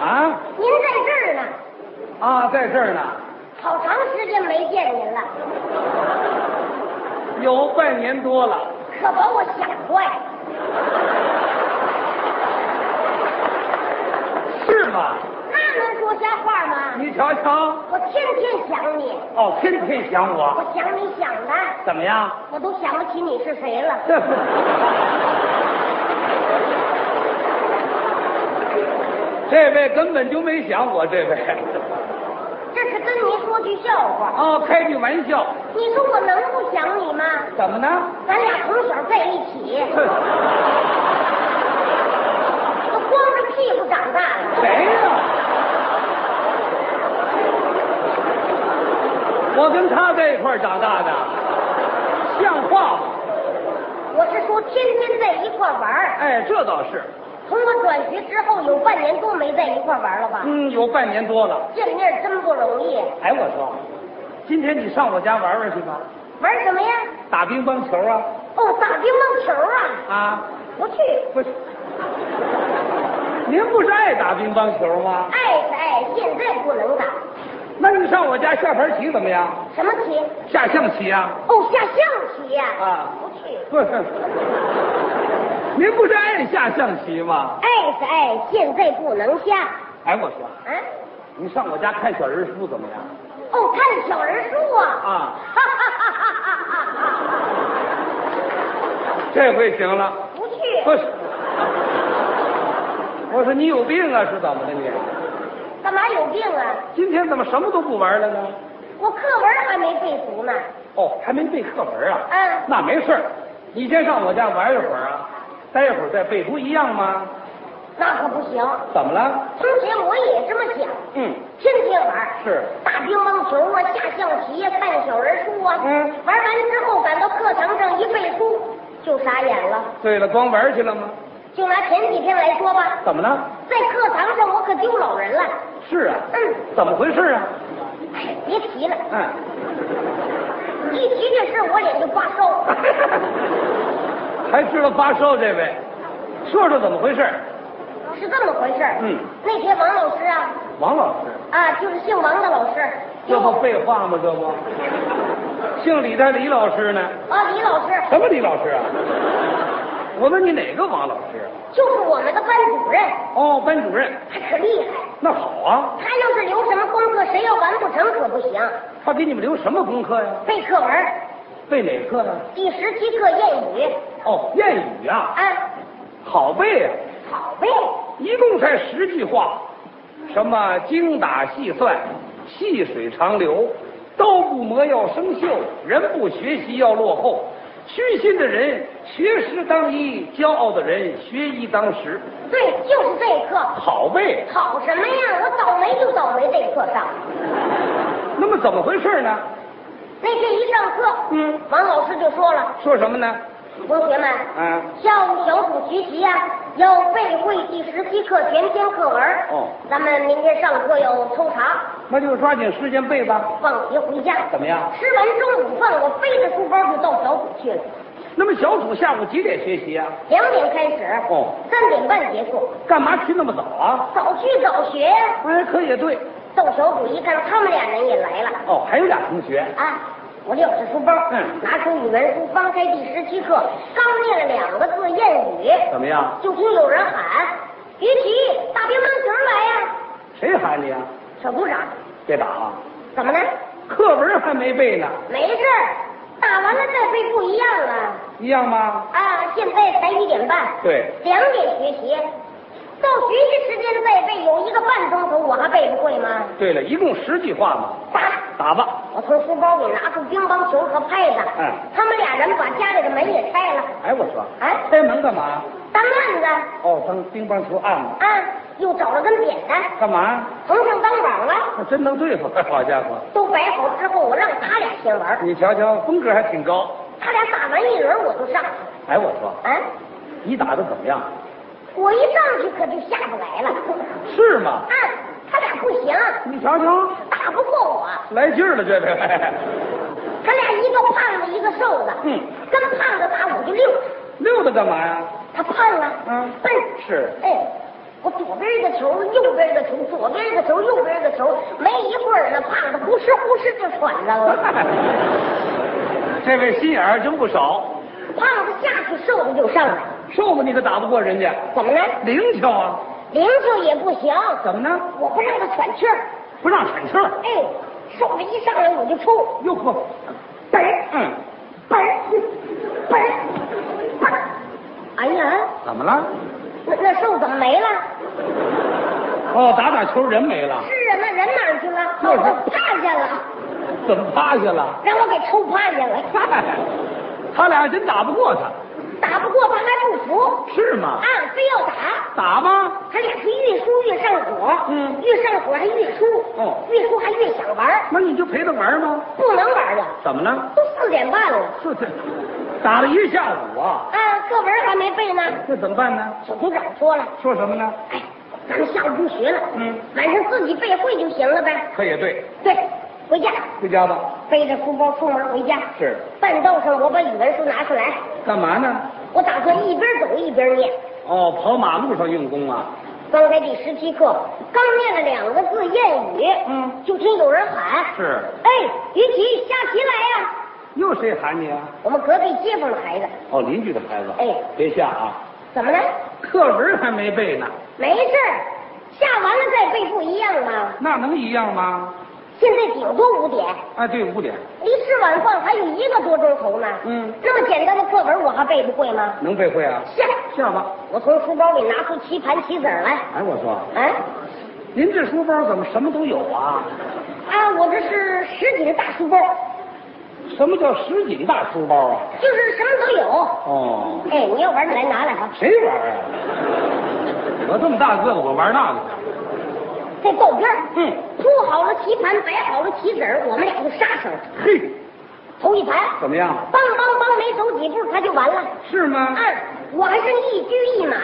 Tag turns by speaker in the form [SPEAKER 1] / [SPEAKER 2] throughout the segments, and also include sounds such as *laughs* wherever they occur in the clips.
[SPEAKER 1] 哎
[SPEAKER 2] 啊，在这儿呢，
[SPEAKER 1] 好长时间没见您了，
[SPEAKER 2] 有半年多了。
[SPEAKER 1] 可把我想坏。
[SPEAKER 2] 是吗？
[SPEAKER 1] 那能说瞎话吗？
[SPEAKER 2] 你瞧瞧，
[SPEAKER 1] 我天天想你，
[SPEAKER 2] 哦，天天想我，
[SPEAKER 1] 我想你想的，
[SPEAKER 2] 怎么样？
[SPEAKER 1] 我都想不起你是谁了。
[SPEAKER 2] 这是。这位根本就没想我，这位
[SPEAKER 1] 这是跟您说句笑话，
[SPEAKER 2] 哦，开句玩笑，
[SPEAKER 1] 你说我能不想你吗？
[SPEAKER 2] 怎么呢？ *laughs*
[SPEAKER 1] 咱俩从小在一起，
[SPEAKER 2] 哼
[SPEAKER 1] 都光着屁股长大的。
[SPEAKER 2] 谁呀、我跟他在一块儿长大的，像话吗？
[SPEAKER 1] 我是说天天在一块玩儿，
[SPEAKER 2] 哎，这倒是，
[SPEAKER 1] 从我转学之后有半年多没在一块玩了吧？
[SPEAKER 2] 嗯，有半年多了。
[SPEAKER 1] 见面真不容易，
[SPEAKER 2] 哎，我说，今天你上我家玩玩去吧，
[SPEAKER 1] 玩什么呀？
[SPEAKER 2] 打乒乓球啊
[SPEAKER 1] 哦，打乒乓球啊！
[SPEAKER 2] 啊！
[SPEAKER 1] 不去，
[SPEAKER 2] 不是，您不是爱打乒乓球吗？
[SPEAKER 1] 爱是爱，现在不能打。
[SPEAKER 2] 那你上我家下盘棋怎么样？
[SPEAKER 1] 什么棋？
[SPEAKER 2] 下象棋啊？ *laughs*
[SPEAKER 1] 哦，下象棋呀、
[SPEAKER 2] 啊
[SPEAKER 1] 不去。
[SPEAKER 2] 不是，您不是爱下象棋吗？
[SPEAKER 1] 爱是爱，现在不能下
[SPEAKER 2] 哎，我说，
[SPEAKER 1] 啊！
[SPEAKER 2] 你上我家看小人书怎么样？
[SPEAKER 1] 哦，看小人书啊！
[SPEAKER 2] 啊
[SPEAKER 1] 哈哈哈哈哈哈！
[SPEAKER 2] 这回行了。
[SPEAKER 1] *laughs* 不去，
[SPEAKER 2] 不是，我说你有病啊，是怎么的你？
[SPEAKER 1] 干嘛有病啊？
[SPEAKER 2] 今天怎么什么都不玩了呢？
[SPEAKER 1] 我课文还没背熟呢。
[SPEAKER 2] 哦，还没背课文啊？
[SPEAKER 1] 嗯
[SPEAKER 2] 那没事儿，你先上我家玩一会儿啊，待会儿再背，不一样吗？
[SPEAKER 1] 那可不行。
[SPEAKER 2] 怎么了？
[SPEAKER 1] 从前我也这么想，
[SPEAKER 2] 嗯，
[SPEAKER 1] 天天玩，
[SPEAKER 2] 是
[SPEAKER 1] 打乒乓球啊，下象棋呀、看小人书啊。
[SPEAKER 2] 嗯
[SPEAKER 1] 玩完之后赶到课堂上一背书，就傻眼了。
[SPEAKER 2] 对了，光玩去了吗？
[SPEAKER 1] 就拿前几天来说吧，
[SPEAKER 2] 怎么了？
[SPEAKER 1] 在课堂上我可丢老人了。
[SPEAKER 2] 是啊，
[SPEAKER 1] 嗯，
[SPEAKER 2] 怎么回事啊？
[SPEAKER 1] 哎，别提了，
[SPEAKER 2] 嗯， *laughs*
[SPEAKER 1] 一提这事儿我脸就发烧。
[SPEAKER 2] 还知道发烧这位，说说怎么回事？
[SPEAKER 1] 是这么回事儿。
[SPEAKER 2] 嗯，
[SPEAKER 1] 那天王老师啊
[SPEAKER 2] 王老师，
[SPEAKER 1] 啊，就是姓王的老师，
[SPEAKER 2] 这不废话吗？这不，姓李的李老师呢？
[SPEAKER 1] 啊李老师，
[SPEAKER 2] 什么李老师啊？ *laughs* 我问你哪个王老师？啊
[SPEAKER 1] 就是我们的班主任，
[SPEAKER 2] 哦，班主任，
[SPEAKER 1] 他可厉害。
[SPEAKER 2] 那好啊，
[SPEAKER 1] 他要是留什么功课，谁要完不成可不行。
[SPEAKER 2] 他给你们留什么功课呀？
[SPEAKER 1] 背课文，
[SPEAKER 2] 背哪课呀？
[SPEAKER 1] 第十七课谚语，
[SPEAKER 2] 哦，谚语啊，
[SPEAKER 1] 啊，
[SPEAKER 2] 好背呀、
[SPEAKER 1] 好背，
[SPEAKER 2] 一共才十句话，什么精打细算、细水长流、刀不磨要生锈、人不学习要落后、虚心的人学识当一，骄傲的人学医当十，
[SPEAKER 1] 对，就是这一课。
[SPEAKER 2] 好背。
[SPEAKER 1] 好什么呀？我倒霉就倒霉这课上。
[SPEAKER 2] 那么怎么回事呢？
[SPEAKER 1] 那天一上课，
[SPEAKER 2] 嗯，
[SPEAKER 1] 王老师就说了
[SPEAKER 2] 说什么呢？：“
[SPEAKER 1] 同学们，
[SPEAKER 2] 啊，
[SPEAKER 1] 下午小组学习呀、要背会第十七课全篇课文。
[SPEAKER 2] 哦，
[SPEAKER 1] 咱们明天上课要抽查，
[SPEAKER 2] 那就抓紧时间背吧。
[SPEAKER 1] 放学回家。
[SPEAKER 2] 怎么样？
[SPEAKER 1] 吃完中午饭，我背着书包就到小组去了。
[SPEAKER 2] 那么小组下午几点学习啊？
[SPEAKER 1] 两点开始，
[SPEAKER 2] 哦，
[SPEAKER 1] 三点半结束。
[SPEAKER 2] 干嘛去那么早啊？
[SPEAKER 1] 早去早学呀。
[SPEAKER 2] 哎，可也对。
[SPEAKER 1] 到小组一看，他们俩人也来了。
[SPEAKER 2] 哦，还有俩同学。
[SPEAKER 1] 啊，我撂下书包，
[SPEAKER 2] 嗯
[SPEAKER 1] 拿出语文书，翻开第十七课，刚念了两个字谚语，
[SPEAKER 2] 怎么样？
[SPEAKER 1] 就听有人喊：“别急，打乒乓球来呀
[SPEAKER 2] 谁喊你啊？！”
[SPEAKER 1] 小组长，
[SPEAKER 2] 别打啊！
[SPEAKER 1] 怎么了？
[SPEAKER 2] 课文还没背呢，
[SPEAKER 1] 没事儿，打完了再背不一样了。
[SPEAKER 2] 一样吗？
[SPEAKER 1] 啊，现在才一点半，
[SPEAKER 2] 对，
[SPEAKER 1] 两点学习，到学习时间再背，有一个半钟头，我还背不会吗？
[SPEAKER 2] 对了，一共十句话嘛，
[SPEAKER 1] 打！
[SPEAKER 2] 打吧。
[SPEAKER 1] 我从书包里拿出乒乓球和拍子，
[SPEAKER 2] 嗯
[SPEAKER 1] 他们俩人把家里的门也拆了，
[SPEAKER 2] 哎，我说，
[SPEAKER 1] 啊。
[SPEAKER 2] 开门干嘛？
[SPEAKER 1] 当案子
[SPEAKER 2] 哦，当乒乓球案子，
[SPEAKER 1] 啊，又找了根扁担，
[SPEAKER 2] 干嘛？
[SPEAKER 1] 缝上钢网了。
[SPEAKER 2] 那真能对付， *laughs* 好家伙！
[SPEAKER 1] 都摆好之后，我让他俩先玩，
[SPEAKER 2] 你瞧瞧，风格还挺高。
[SPEAKER 1] 他俩打完一轮我就上去
[SPEAKER 2] 哎，我说，
[SPEAKER 1] 啊，
[SPEAKER 2] 你打的怎么样？
[SPEAKER 1] 我一上去可就下不来了。
[SPEAKER 2] 是吗
[SPEAKER 1] 啊？，他俩不行，
[SPEAKER 2] 你瞧瞧，
[SPEAKER 1] 打不过我，
[SPEAKER 2] 来劲儿了，这 *laughs* 位
[SPEAKER 1] 他俩一个胖子一个瘦子，
[SPEAKER 2] 嗯，
[SPEAKER 1] 跟胖子打我就溜，
[SPEAKER 2] 溜达干嘛呀？ *laughs*
[SPEAKER 1] 他胖啊，
[SPEAKER 2] 嗯
[SPEAKER 1] 笨，
[SPEAKER 2] 是
[SPEAKER 1] 哎，我左边一个球，右边一个球，左边一个球，右边一个球，没一会儿呢，胖子呼哧呼哧就喘了。
[SPEAKER 2] 这位心眼儿真不少，
[SPEAKER 1] 胖子下去，瘦子就上来。
[SPEAKER 2] 瘦子你可打不过人家，
[SPEAKER 1] 怎么呢？
[SPEAKER 2] 灵巧啊！
[SPEAKER 1] 灵性也不行，
[SPEAKER 2] 怎么呢？
[SPEAKER 1] 我不让他喘气儿。
[SPEAKER 2] 不让喘气儿，
[SPEAKER 1] 哎，瘦子一上来我就冲，
[SPEAKER 2] 哟呵，
[SPEAKER 1] 本儿
[SPEAKER 2] 嗯，
[SPEAKER 1] 本儿本儿本儿。哎呀，
[SPEAKER 2] 怎么了？
[SPEAKER 1] 那那瘦怎么没了？
[SPEAKER 2] 哦，打打球人没了，
[SPEAKER 1] 是啊，那人哪儿去了？
[SPEAKER 2] 就是
[SPEAKER 1] 我趴下了，
[SPEAKER 2] 怎么趴下了？
[SPEAKER 1] 让我给抽趴下了。
[SPEAKER 2] 嗨，他俩真打不过他，
[SPEAKER 1] 打不过他还不服，
[SPEAKER 2] 是吗
[SPEAKER 1] 啊？，非要打。
[SPEAKER 2] 打吧，
[SPEAKER 1] 他俩是越输越上火，
[SPEAKER 2] 嗯
[SPEAKER 1] 越上火还越输，
[SPEAKER 2] 哦
[SPEAKER 1] 越输还越想玩儿，
[SPEAKER 2] 那你就陪他玩吗？
[SPEAKER 1] 不能玩了，
[SPEAKER 2] 怎么了？
[SPEAKER 1] 都四点半了，
[SPEAKER 2] 这这， *laughs* 打了一下午啊，
[SPEAKER 1] 啊，课文还没背呢。
[SPEAKER 2] 这怎么办呢？
[SPEAKER 1] 小组长说了，
[SPEAKER 2] 说什么呢？
[SPEAKER 1] 哎，咱们下午不学了，
[SPEAKER 2] 嗯，
[SPEAKER 1] 晚上自己背会就行了呗。
[SPEAKER 2] 可也对，
[SPEAKER 1] 对，回家
[SPEAKER 2] 回家吧。
[SPEAKER 1] 背着书包出门回家。
[SPEAKER 2] 是，
[SPEAKER 1] 半道上我把语文书拿出来，
[SPEAKER 2] 干嘛呢？
[SPEAKER 1] 我打算一边走一边念。
[SPEAKER 2] 哦，跑马路上用功啊。
[SPEAKER 1] 刚才第十七课刚念了两个字谚语，
[SPEAKER 2] 嗯，
[SPEAKER 1] 就听有人喊，
[SPEAKER 2] 是
[SPEAKER 1] 哎，于琦下棋来呀、
[SPEAKER 2] 又谁喊你啊？
[SPEAKER 1] 我们隔壁街坊的孩子，
[SPEAKER 2] 哦，邻居的孩子。
[SPEAKER 1] 哎
[SPEAKER 2] 别吓啊！
[SPEAKER 1] 怎么了？
[SPEAKER 2] 课文还没背呢，
[SPEAKER 1] 没事儿，下完了再背不一样吗？
[SPEAKER 2] 那能一样吗？
[SPEAKER 1] 现在顶多五点，
[SPEAKER 2] 哎，对，五点
[SPEAKER 1] 离吃晚饭还有一个多钟头呢。
[SPEAKER 2] 嗯
[SPEAKER 1] 那么简单的课文我还背不会吗？
[SPEAKER 2] 能背会啊？
[SPEAKER 1] 下，
[SPEAKER 2] 下吧。
[SPEAKER 1] 我从书包里拿出棋盘、棋子儿来。
[SPEAKER 2] 哎，我说，
[SPEAKER 1] 啊
[SPEAKER 2] 您这书包怎么什么都有啊？
[SPEAKER 1] 啊，我这是十几个大书包，
[SPEAKER 2] 什么叫十几大书包啊？
[SPEAKER 1] 就是什么都有。
[SPEAKER 2] 哦，
[SPEAKER 1] 哎，你要玩儿你来拿来啊，
[SPEAKER 2] 谁玩啊？我这么大个子，我玩那个？
[SPEAKER 1] 这豆片儿，
[SPEAKER 2] 嗯，
[SPEAKER 1] 铺好了棋盘，摆好了棋子儿，我们俩就杀手，
[SPEAKER 2] 嗯嘿，
[SPEAKER 1] 头一盘，
[SPEAKER 2] 怎么样？
[SPEAKER 1] 梆梆梆，没走几步他就完了。
[SPEAKER 2] 是吗？
[SPEAKER 1] 嗯，我还剩一车一马，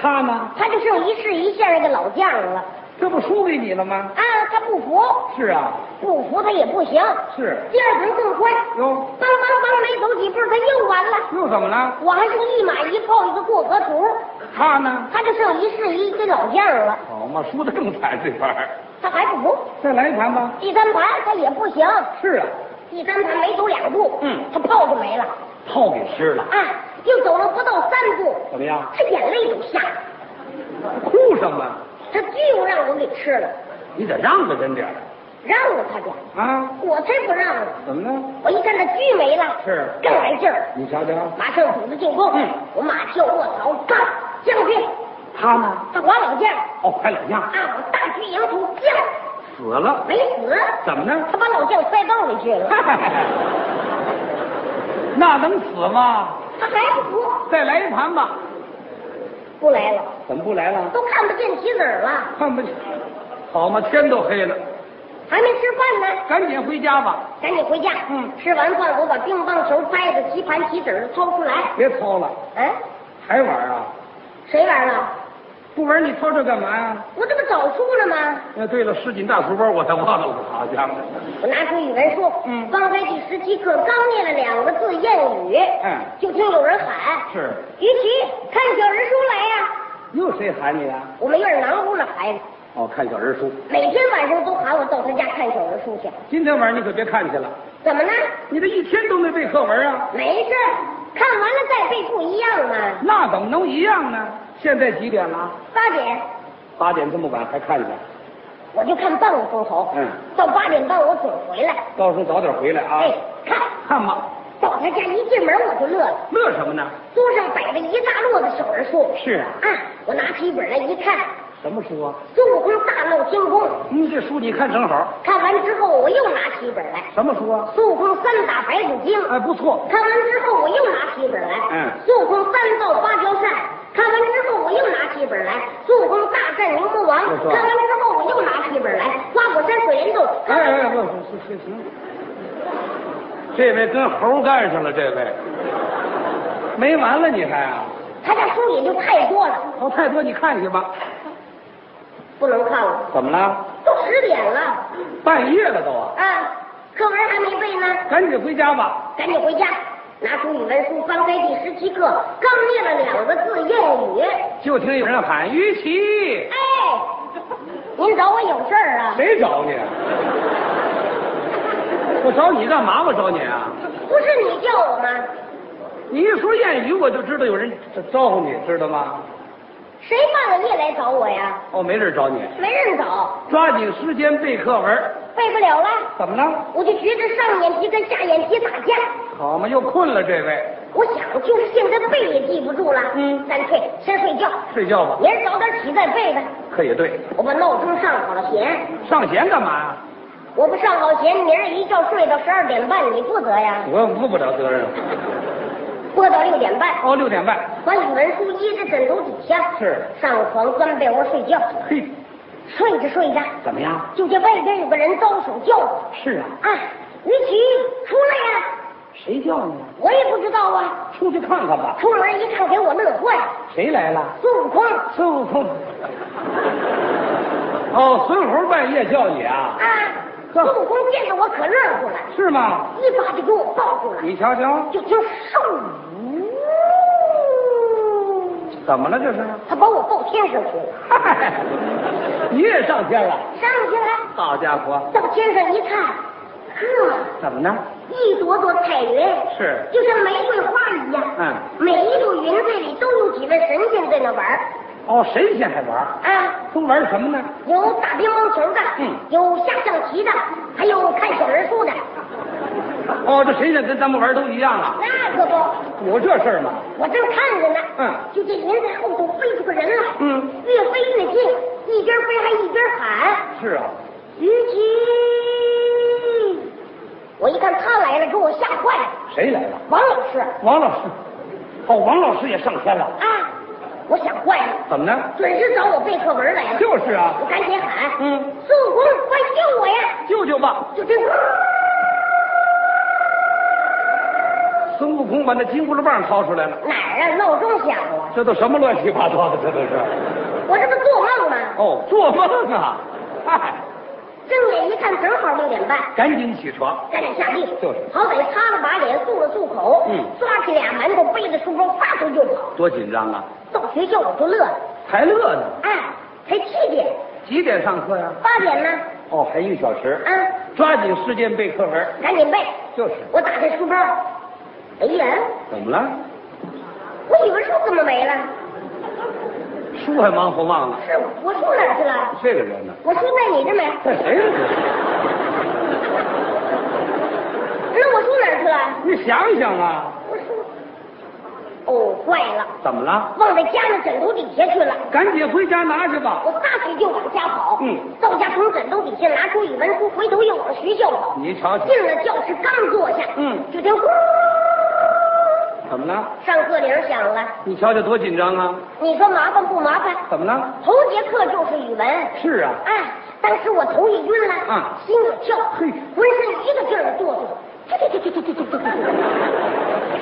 [SPEAKER 2] 他呢？
[SPEAKER 1] 他就剩一士一线那个老将了。
[SPEAKER 2] 这不输给你了吗？
[SPEAKER 1] 啊，他不服，
[SPEAKER 2] 是啊，
[SPEAKER 1] 不服他也不行。
[SPEAKER 2] 是
[SPEAKER 1] 第二盘更快，
[SPEAKER 2] 哟，
[SPEAKER 1] 梆梆梆，没走几步他又完了。
[SPEAKER 2] 又怎么了？
[SPEAKER 1] 我还剩一马一炮一个过河图，
[SPEAKER 2] 他呢？
[SPEAKER 1] 他就剩一士一跟老将了，
[SPEAKER 2] 好嘛，哦输的更惨这盘儿。
[SPEAKER 1] 他还不服。
[SPEAKER 2] 再来一盘吧。
[SPEAKER 1] 第三盘他也不行，
[SPEAKER 2] 是啊，
[SPEAKER 1] 第三盘没走两步，
[SPEAKER 2] 嗯
[SPEAKER 1] 他炮就没了。
[SPEAKER 2] 炮给吃了。
[SPEAKER 1] 啊，又走了不到三步，
[SPEAKER 2] 怎么样？
[SPEAKER 1] 他眼泪都下来，
[SPEAKER 2] 哭什么？
[SPEAKER 1] 他就让我给吃了，
[SPEAKER 2] 你得让着人点儿
[SPEAKER 1] 让了他点儿，
[SPEAKER 2] 啊！
[SPEAKER 1] 我才不让呢。
[SPEAKER 2] 怎么了？
[SPEAKER 1] 我一看他狙没了，
[SPEAKER 2] 是
[SPEAKER 1] 更来劲儿了，
[SPEAKER 2] 你瞧瞧，
[SPEAKER 1] 马上组织进攻。
[SPEAKER 2] 嗯
[SPEAKER 1] 我马跳卧槽，干将军，
[SPEAKER 2] 他呢？
[SPEAKER 1] 他滑老将
[SPEAKER 2] 哦，还老
[SPEAKER 1] 啊
[SPEAKER 2] 样，，
[SPEAKER 1] 我大举迎头，将
[SPEAKER 2] 死了？
[SPEAKER 1] 没死，
[SPEAKER 2] 怎么呢？ *laughs*
[SPEAKER 1] 他把老将塞包里去了，
[SPEAKER 2] 那能死吗？
[SPEAKER 1] 他还不服，
[SPEAKER 2] 再来一盘吧。
[SPEAKER 1] 不来了，
[SPEAKER 2] 怎么不来了？
[SPEAKER 1] 都看不见棋子儿了，
[SPEAKER 2] 看不见。好嘛，天都黑了，
[SPEAKER 1] 还没吃饭呢。
[SPEAKER 2] 赶紧回家吧，
[SPEAKER 1] 赶紧回家。
[SPEAKER 2] 嗯
[SPEAKER 1] 吃完饭我把乒乓球拍子、棋盘、棋子儿掏出来。
[SPEAKER 2] 别操了，
[SPEAKER 1] 嗯，
[SPEAKER 2] 还玩啊？
[SPEAKER 1] 谁玩了？
[SPEAKER 2] 不玩你操这干嘛呀？
[SPEAKER 1] 我这不找书呢吗？
[SPEAKER 2] 哎，对了，十斤大书包我才忘了，好家伙！
[SPEAKER 1] 我拿出语文书，
[SPEAKER 2] 嗯
[SPEAKER 1] 刚才第十七课刚念了两个字谚语，
[SPEAKER 2] 嗯
[SPEAKER 1] 就听有人喊
[SPEAKER 2] 是，：“
[SPEAKER 1] 于琦，看小人书来呀、
[SPEAKER 2] 又谁喊你啊？
[SPEAKER 1] 我们院儿南屋那孩子，
[SPEAKER 2] 哦，看小人书。
[SPEAKER 1] 每天晚上都喊我到他家看小人书去，
[SPEAKER 2] 今天晚上你可别看去了，
[SPEAKER 1] 怎么呢？
[SPEAKER 2] 你这一天都没背课文啊，
[SPEAKER 1] 没事儿，看完了再背不一样嘛。
[SPEAKER 2] 那怎么能一样呢？现在几点了？
[SPEAKER 1] 八点
[SPEAKER 2] 八点这么晚还看去？
[SPEAKER 1] 我就看半个钟头，
[SPEAKER 2] 嗯
[SPEAKER 1] 到八点半我总回来。
[SPEAKER 2] 到时候早点回来啊。
[SPEAKER 1] 哎，看
[SPEAKER 2] 看吧，
[SPEAKER 1] 到他家一进门我就乐了，
[SPEAKER 2] 乐什么呢？
[SPEAKER 1] 桌上摆着一大摞的小人书。
[SPEAKER 2] 是啊
[SPEAKER 1] 啊，我拿起一本来一看，
[SPEAKER 2] 什么书啊？
[SPEAKER 1] 孙悟空大闹天宫。
[SPEAKER 2] 嗯，这书你看正好。
[SPEAKER 1] 看完之后，我又拿起一本来，
[SPEAKER 2] 什么书啊？
[SPEAKER 1] 孙悟空三打白骨精。
[SPEAKER 2] 哎，不错。
[SPEAKER 1] 看完之后，我又拿起一本来，
[SPEAKER 2] 嗯
[SPEAKER 1] 孙悟空三造芭蕉扇。看完之后，我又拿起一本来，孙悟空大战牛魔王。
[SPEAKER 2] 不
[SPEAKER 1] 看
[SPEAKER 2] 错
[SPEAKER 1] 完之后，我又拿起一本来，花果山水帘洞。
[SPEAKER 2] 哎哎，哎，行行行。这位跟猴干上了，这位没完了，你还啊？
[SPEAKER 1] 他家书也就太多了，
[SPEAKER 2] 哦，太多，你看去吧。
[SPEAKER 1] 不能看了，
[SPEAKER 2] 怎么了？
[SPEAKER 1] 都十点了。
[SPEAKER 2] 半夜了都啊，
[SPEAKER 1] 啊，课文还没背呢，
[SPEAKER 2] 赶紧回家吧。
[SPEAKER 1] 赶紧回家。拿出语文书，翻开第十七课，刚念了两个字谚语。
[SPEAKER 2] 就听有人喊于琦，
[SPEAKER 1] 哎，您找我有事儿啊？
[SPEAKER 2] 谁找你？我找你干嘛？我找你啊？
[SPEAKER 1] 不是你叫我吗？
[SPEAKER 2] 你一说谚语，我就知道有人招呼你，知道吗？
[SPEAKER 1] 谁半个夜来找我呀？
[SPEAKER 2] 哦，没人找你，
[SPEAKER 1] 没人找，
[SPEAKER 2] 抓紧时间背课文。
[SPEAKER 1] 背不了了，
[SPEAKER 2] 怎么了？
[SPEAKER 1] 我就觉着上眼皮跟下眼皮打架。
[SPEAKER 2] 好嘛，又困了，这位，
[SPEAKER 1] 我想就是现在背也记不住了，
[SPEAKER 2] 嗯
[SPEAKER 1] 干脆先睡觉，
[SPEAKER 2] 睡觉吧。
[SPEAKER 1] 明儿早点起再背呗。
[SPEAKER 2] 可也对，
[SPEAKER 1] 我把闹钟上好了弦，
[SPEAKER 2] 上弦干嘛呀？
[SPEAKER 1] 我不上好弦，明儿一觉睡到十二点半，你负责呀？
[SPEAKER 2] 我负不了责任。
[SPEAKER 1] 播到六点半，
[SPEAKER 2] 哦，六点半。
[SPEAKER 1] 把语文书掖在枕头底下，
[SPEAKER 2] 是
[SPEAKER 1] 上床钻被窝睡觉，
[SPEAKER 2] 嘿，
[SPEAKER 1] 睡着睡着，
[SPEAKER 2] 怎么样？
[SPEAKER 1] 就见外边有个人招手叫我
[SPEAKER 2] 是啊，
[SPEAKER 1] 啊，于琦出来呀、
[SPEAKER 2] 谁叫你？
[SPEAKER 1] 我也不知道啊，
[SPEAKER 2] 出去看看吧。
[SPEAKER 1] 出门一看给我乐坏了，
[SPEAKER 2] 谁来了？
[SPEAKER 1] 孙悟空
[SPEAKER 2] 孙悟空。 *laughs* 哦，孙猴半夜叫你啊？
[SPEAKER 1] 啊，
[SPEAKER 2] 呵
[SPEAKER 1] 孙悟空见着我可乐乎了，
[SPEAKER 2] 是吗？
[SPEAKER 1] 一把就给我抱住了，
[SPEAKER 2] 你瞧瞧，
[SPEAKER 1] 就听嗖，
[SPEAKER 2] 怎么了这是？
[SPEAKER 1] 他把我抱天上去了，
[SPEAKER 2] 嗨，你也上天了？
[SPEAKER 1] 上去了，
[SPEAKER 2] 好家伙，
[SPEAKER 1] 到天上一看，呵。
[SPEAKER 2] 怎么呢？
[SPEAKER 1] 一朵朵彩云，
[SPEAKER 2] 是
[SPEAKER 1] 就像玫瑰花一样。
[SPEAKER 2] 嗯
[SPEAKER 1] 每一朵云彩里都有几位神仙在那玩儿
[SPEAKER 2] 哦，神仙还玩？
[SPEAKER 1] 啊，
[SPEAKER 2] 都玩什么呢？
[SPEAKER 1] 有打乒乓球的，
[SPEAKER 2] 嗯
[SPEAKER 1] 有下象棋的，还有看小人书的。
[SPEAKER 2] 哦，这神仙跟咱们玩都一样啊？
[SPEAKER 1] 那可不，
[SPEAKER 2] 有这事儿吗？
[SPEAKER 1] 我正看着呢，
[SPEAKER 2] 嗯
[SPEAKER 1] 就见云彩后头飞出个人来，
[SPEAKER 2] 嗯，
[SPEAKER 1] 越飞越近，一边飞还一边喊
[SPEAKER 2] 是啊，
[SPEAKER 1] “虞姬”。我一看他来了，给我吓坏了。
[SPEAKER 2] 谁来了？
[SPEAKER 1] 王老师
[SPEAKER 2] 王老师。哦，王老师也上天了？
[SPEAKER 1] 啊，我想坏了。
[SPEAKER 2] 怎么呢？
[SPEAKER 1] 准是找我背课文来了。
[SPEAKER 2] 就是啊
[SPEAKER 1] 我，赶紧喊，
[SPEAKER 2] 嗯，
[SPEAKER 1] 孙悟空，快救我呀！
[SPEAKER 2] 舅舅吧。
[SPEAKER 1] 就这，
[SPEAKER 2] 孙悟空把那金箍噜棒掏出来了，
[SPEAKER 1] 哪儿啊？闹钟响了，
[SPEAKER 2] 这都什么乱七八糟的？这都是。
[SPEAKER 1] 我这不做梦吗？
[SPEAKER 2] 哦，做梦啊！嗨，
[SPEAKER 1] 睁眼一看，正好六点半，
[SPEAKER 2] 赶紧起床。
[SPEAKER 1] 赶紧下地，
[SPEAKER 2] 就是
[SPEAKER 1] 好歹擦了把脸，漱了漱口，
[SPEAKER 2] 嗯
[SPEAKER 1] 抓起俩馒头，背着书包，撒腿就跑。
[SPEAKER 2] 多紧张啊！
[SPEAKER 1] 到学校我就乐了，
[SPEAKER 2] 还乐呢？
[SPEAKER 1] 哎，才七点，
[SPEAKER 2] 几点上课呀、
[SPEAKER 1] 八点呢，
[SPEAKER 2] 哦，还一个小时。
[SPEAKER 1] 啊，
[SPEAKER 2] 抓紧时间背课文。
[SPEAKER 1] 赶紧背。
[SPEAKER 2] 就是
[SPEAKER 1] 我打开书包，哎呀，
[SPEAKER 2] 怎么了？
[SPEAKER 1] 我语文书怎么没了？
[SPEAKER 2] 书还忙活忘了。
[SPEAKER 1] 是我书哪儿去了？
[SPEAKER 2] 这个人呢？
[SPEAKER 1] 我书在你这没？
[SPEAKER 2] 在谁这是？
[SPEAKER 1] 那我书哪儿去了？
[SPEAKER 2] 你想想啊，
[SPEAKER 1] 我书……哦，坏了，
[SPEAKER 2] 怎么了？
[SPEAKER 1] 忘在家那枕头底下去了。
[SPEAKER 2] 赶紧回家拿去吧。
[SPEAKER 1] 我撒腿就往家跑，
[SPEAKER 2] 嗯，
[SPEAKER 1] 到家从枕头底下拿出语文书，回头又往学校跑。
[SPEAKER 2] 你瞧瞧
[SPEAKER 1] 进了教室刚坐下，
[SPEAKER 2] 嗯，
[SPEAKER 1] 就听呼，
[SPEAKER 2] 怎么了？
[SPEAKER 1] 上课铃响了。
[SPEAKER 2] 你瞧瞧多紧张啊！
[SPEAKER 1] 你说麻烦不麻烦？
[SPEAKER 2] 怎么了？
[SPEAKER 1] 头节课就是语文，
[SPEAKER 2] 是啊，
[SPEAKER 1] 哎，当时我头一晕了，
[SPEAKER 2] 啊
[SPEAKER 1] 心也跳，浑
[SPEAKER 2] 嘿
[SPEAKER 1] 身一个劲儿的哆嗦，这这这这这这这这。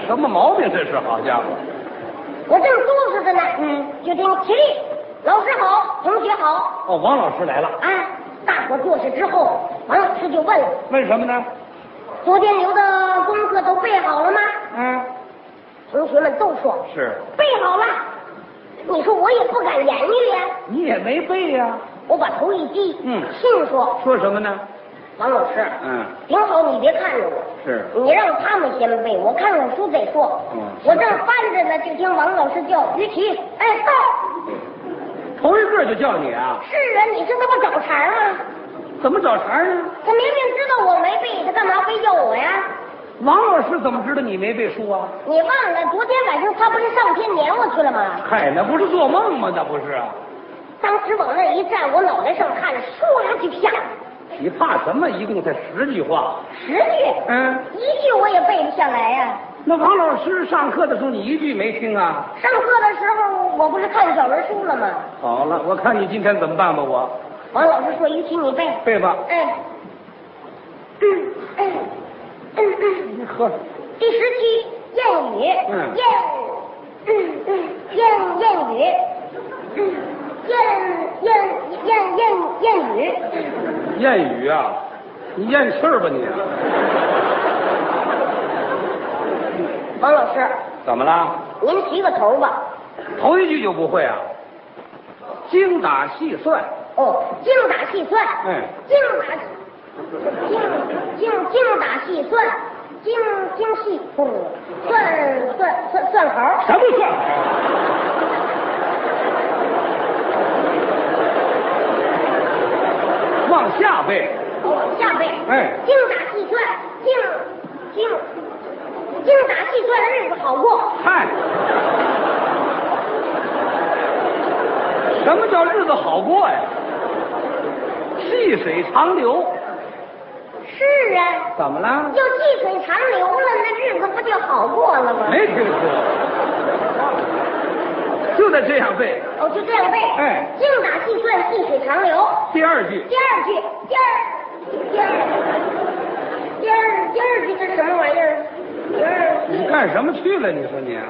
[SPEAKER 2] 什么毛病这是？好家伙！
[SPEAKER 1] 我正哆嗦着呢，
[SPEAKER 2] 嗯，
[SPEAKER 1] 就听起立，老师好，同学好，
[SPEAKER 2] 哦，王老师来了。
[SPEAKER 1] 啊，大伙坐下之后，王老师就问了，
[SPEAKER 2] 问什么呢？
[SPEAKER 1] 昨天留的功课都背好了吗？
[SPEAKER 2] 嗯，
[SPEAKER 1] 同学们都说
[SPEAKER 2] 是
[SPEAKER 1] 背好了，你说我也不敢言语呀，
[SPEAKER 2] 你也没背呀、
[SPEAKER 1] 我把头一低，
[SPEAKER 2] 嗯
[SPEAKER 1] 心说
[SPEAKER 2] 说什么呢？
[SPEAKER 1] 王老师，
[SPEAKER 2] 嗯，
[SPEAKER 1] 顶好你别看着我。
[SPEAKER 2] 是
[SPEAKER 1] 你让他们先背，我看看书再说。
[SPEAKER 2] 嗯
[SPEAKER 1] 我正翻着呢，就听王老师叫于琦，哎，到！
[SPEAKER 2] 头一个就叫你啊？
[SPEAKER 1] 是啊，你这他妈找茬儿啊！
[SPEAKER 2] 怎么找茬呢？
[SPEAKER 1] 他明明知道我没背，他干嘛非叫我呀？
[SPEAKER 2] 王老师怎么知道你没背书啊？
[SPEAKER 1] 你忘了昨天晚上他不是上天撵我去了吗？
[SPEAKER 2] 嗨，那不是做梦吗？那不是啊！
[SPEAKER 1] 当时往那一站，我脑袋上汗唰就下来了，
[SPEAKER 2] 你怕什么？一共才十句话。
[SPEAKER 1] 十句，
[SPEAKER 2] 嗯，
[SPEAKER 1] 一句我也背不下来呀、
[SPEAKER 2] 那王老师上课的时候你一句没听啊？
[SPEAKER 1] 上课的时候我不是看小人书了吗？
[SPEAKER 2] 好了，我看你今天怎么办吧，我
[SPEAKER 1] 王老师说：“于琦，你背。
[SPEAKER 2] 背吧。
[SPEAKER 1] 哎”嗯嗯嗯嗯，
[SPEAKER 2] 你喝，
[SPEAKER 1] 第十期谚语，
[SPEAKER 2] 嗯
[SPEAKER 1] 谚，嗯嗯谚谚语，嗯谚谚谚谚谚语。
[SPEAKER 2] 谚语啊？你咽气儿吧你、
[SPEAKER 1] 王老师，
[SPEAKER 2] 怎么了？
[SPEAKER 1] 您提个头吧。
[SPEAKER 2] 头一句就不会啊？精打细算，
[SPEAKER 1] 哦，精打细算。
[SPEAKER 2] 嗯
[SPEAKER 1] 精打精精精打细算，精精细不算算算算猴。
[SPEAKER 2] 什么算？啊往下背，
[SPEAKER 1] 哦，下辈。
[SPEAKER 2] 哎
[SPEAKER 1] 精打细算，精精精打细算的日子好过。
[SPEAKER 2] 嗨，什么叫日子好过呀？细水长流，
[SPEAKER 1] 是啊，
[SPEAKER 2] 怎么了
[SPEAKER 1] 要？细水长流了，那日子不就好过了吗？
[SPEAKER 2] 没听说，就得这样背。
[SPEAKER 1] 哦，就这样背。
[SPEAKER 2] 哎
[SPEAKER 1] 精打细算，细水长流。
[SPEAKER 2] 第二句，
[SPEAKER 1] 第二句，第二，第二，第二，第二句是什么玩意儿？第二
[SPEAKER 2] 你
[SPEAKER 1] 句，
[SPEAKER 2] 干什么去了？你说你、啊，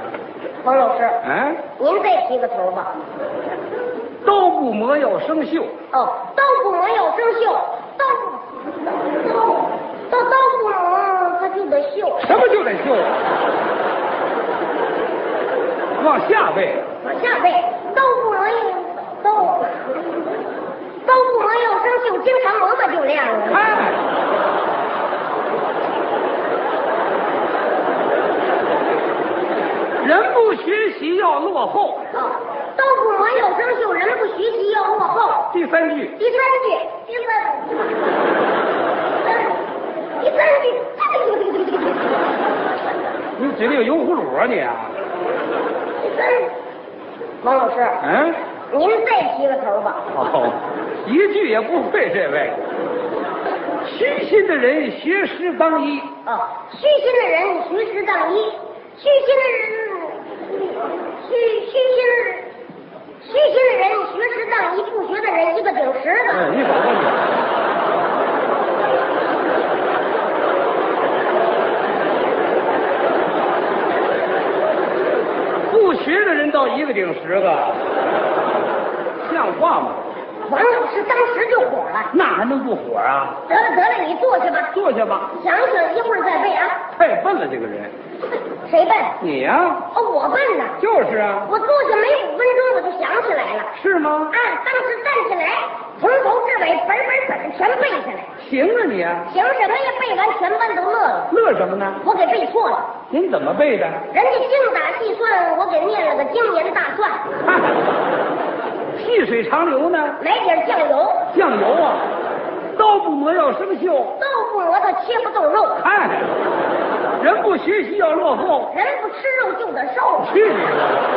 [SPEAKER 1] 王老师，
[SPEAKER 2] 哎，
[SPEAKER 1] 您再提个头吧。
[SPEAKER 2] 刀不磨要生锈，
[SPEAKER 1] 哦，刀不磨要生锈，刀刀刀刀不磨，它就得锈。
[SPEAKER 2] 什么就得锈啊？往下背，
[SPEAKER 1] 往下背，刀不磨要刀，刀不磨要生锈，经常磨磨就亮了。
[SPEAKER 2] 哎，人不学习要落后。
[SPEAKER 1] 哦，刀不磨要生锈，人不学习要落后。
[SPEAKER 2] 第三句，
[SPEAKER 1] 第三句，第三，第三句，第
[SPEAKER 2] 你嘴里有油葫芦啊你啊？
[SPEAKER 1] 三，王老师，
[SPEAKER 2] 嗯，
[SPEAKER 1] 您再提个头吧。
[SPEAKER 2] 哦，一句也不会这位。虚心的人学师当一，
[SPEAKER 1] 啊，虚心的人虚实当一，虚心的人，虚虚心，虚心的人学实当一，不学的人一个顶十
[SPEAKER 2] 哎，
[SPEAKER 1] 个。
[SPEAKER 2] 你瞅瞅你，不学的人倒一个顶十个，像话吗？
[SPEAKER 1] 王老师当时就火了。
[SPEAKER 2] 那还能不火啊？
[SPEAKER 1] 得了得了，你坐下吧，
[SPEAKER 2] 坐下吧，
[SPEAKER 1] 想想一会儿再背啊。
[SPEAKER 2] 太笨了这个人。
[SPEAKER 1] 谁笨？
[SPEAKER 2] 你呀、
[SPEAKER 1] 哦，我笨呐。
[SPEAKER 2] 就是啊，
[SPEAKER 1] 我坐下没五分钟，我就想起来了。
[SPEAKER 2] 是吗
[SPEAKER 1] 啊，？当时站起来，从头至尾本儿本儿本儿全背下来，
[SPEAKER 2] 行啊你啊，
[SPEAKER 1] 行什么呀？背完全班都乐了。
[SPEAKER 2] 乐什么呢？
[SPEAKER 1] 我给背错了，
[SPEAKER 2] 您怎么背的？
[SPEAKER 1] 人家精打细算，我给念了个精研大算，
[SPEAKER 2] 哈细水长流呢？
[SPEAKER 1] 来点酱油，
[SPEAKER 2] 酱油啊，刀不磨要生锈。
[SPEAKER 1] 豆腐磨它切不动肉，
[SPEAKER 2] 哎，人不学习要落后，
[SPEAKER 1] 人不吃肉就得瘦。
[SPEAKER 2] 去你的！